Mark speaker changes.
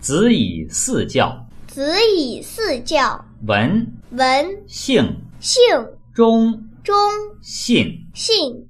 Speaker 1: 子以四教：
Speaker 2: 子以四教：
Speaker 1: 文、
Speaker 2: 文、
Speaker 1: 性、
Speaker 2: 性、
Speaker 1: 忠、
Speaker 2: 忠、
Speaker 1: 信。
Speaker 2: 信。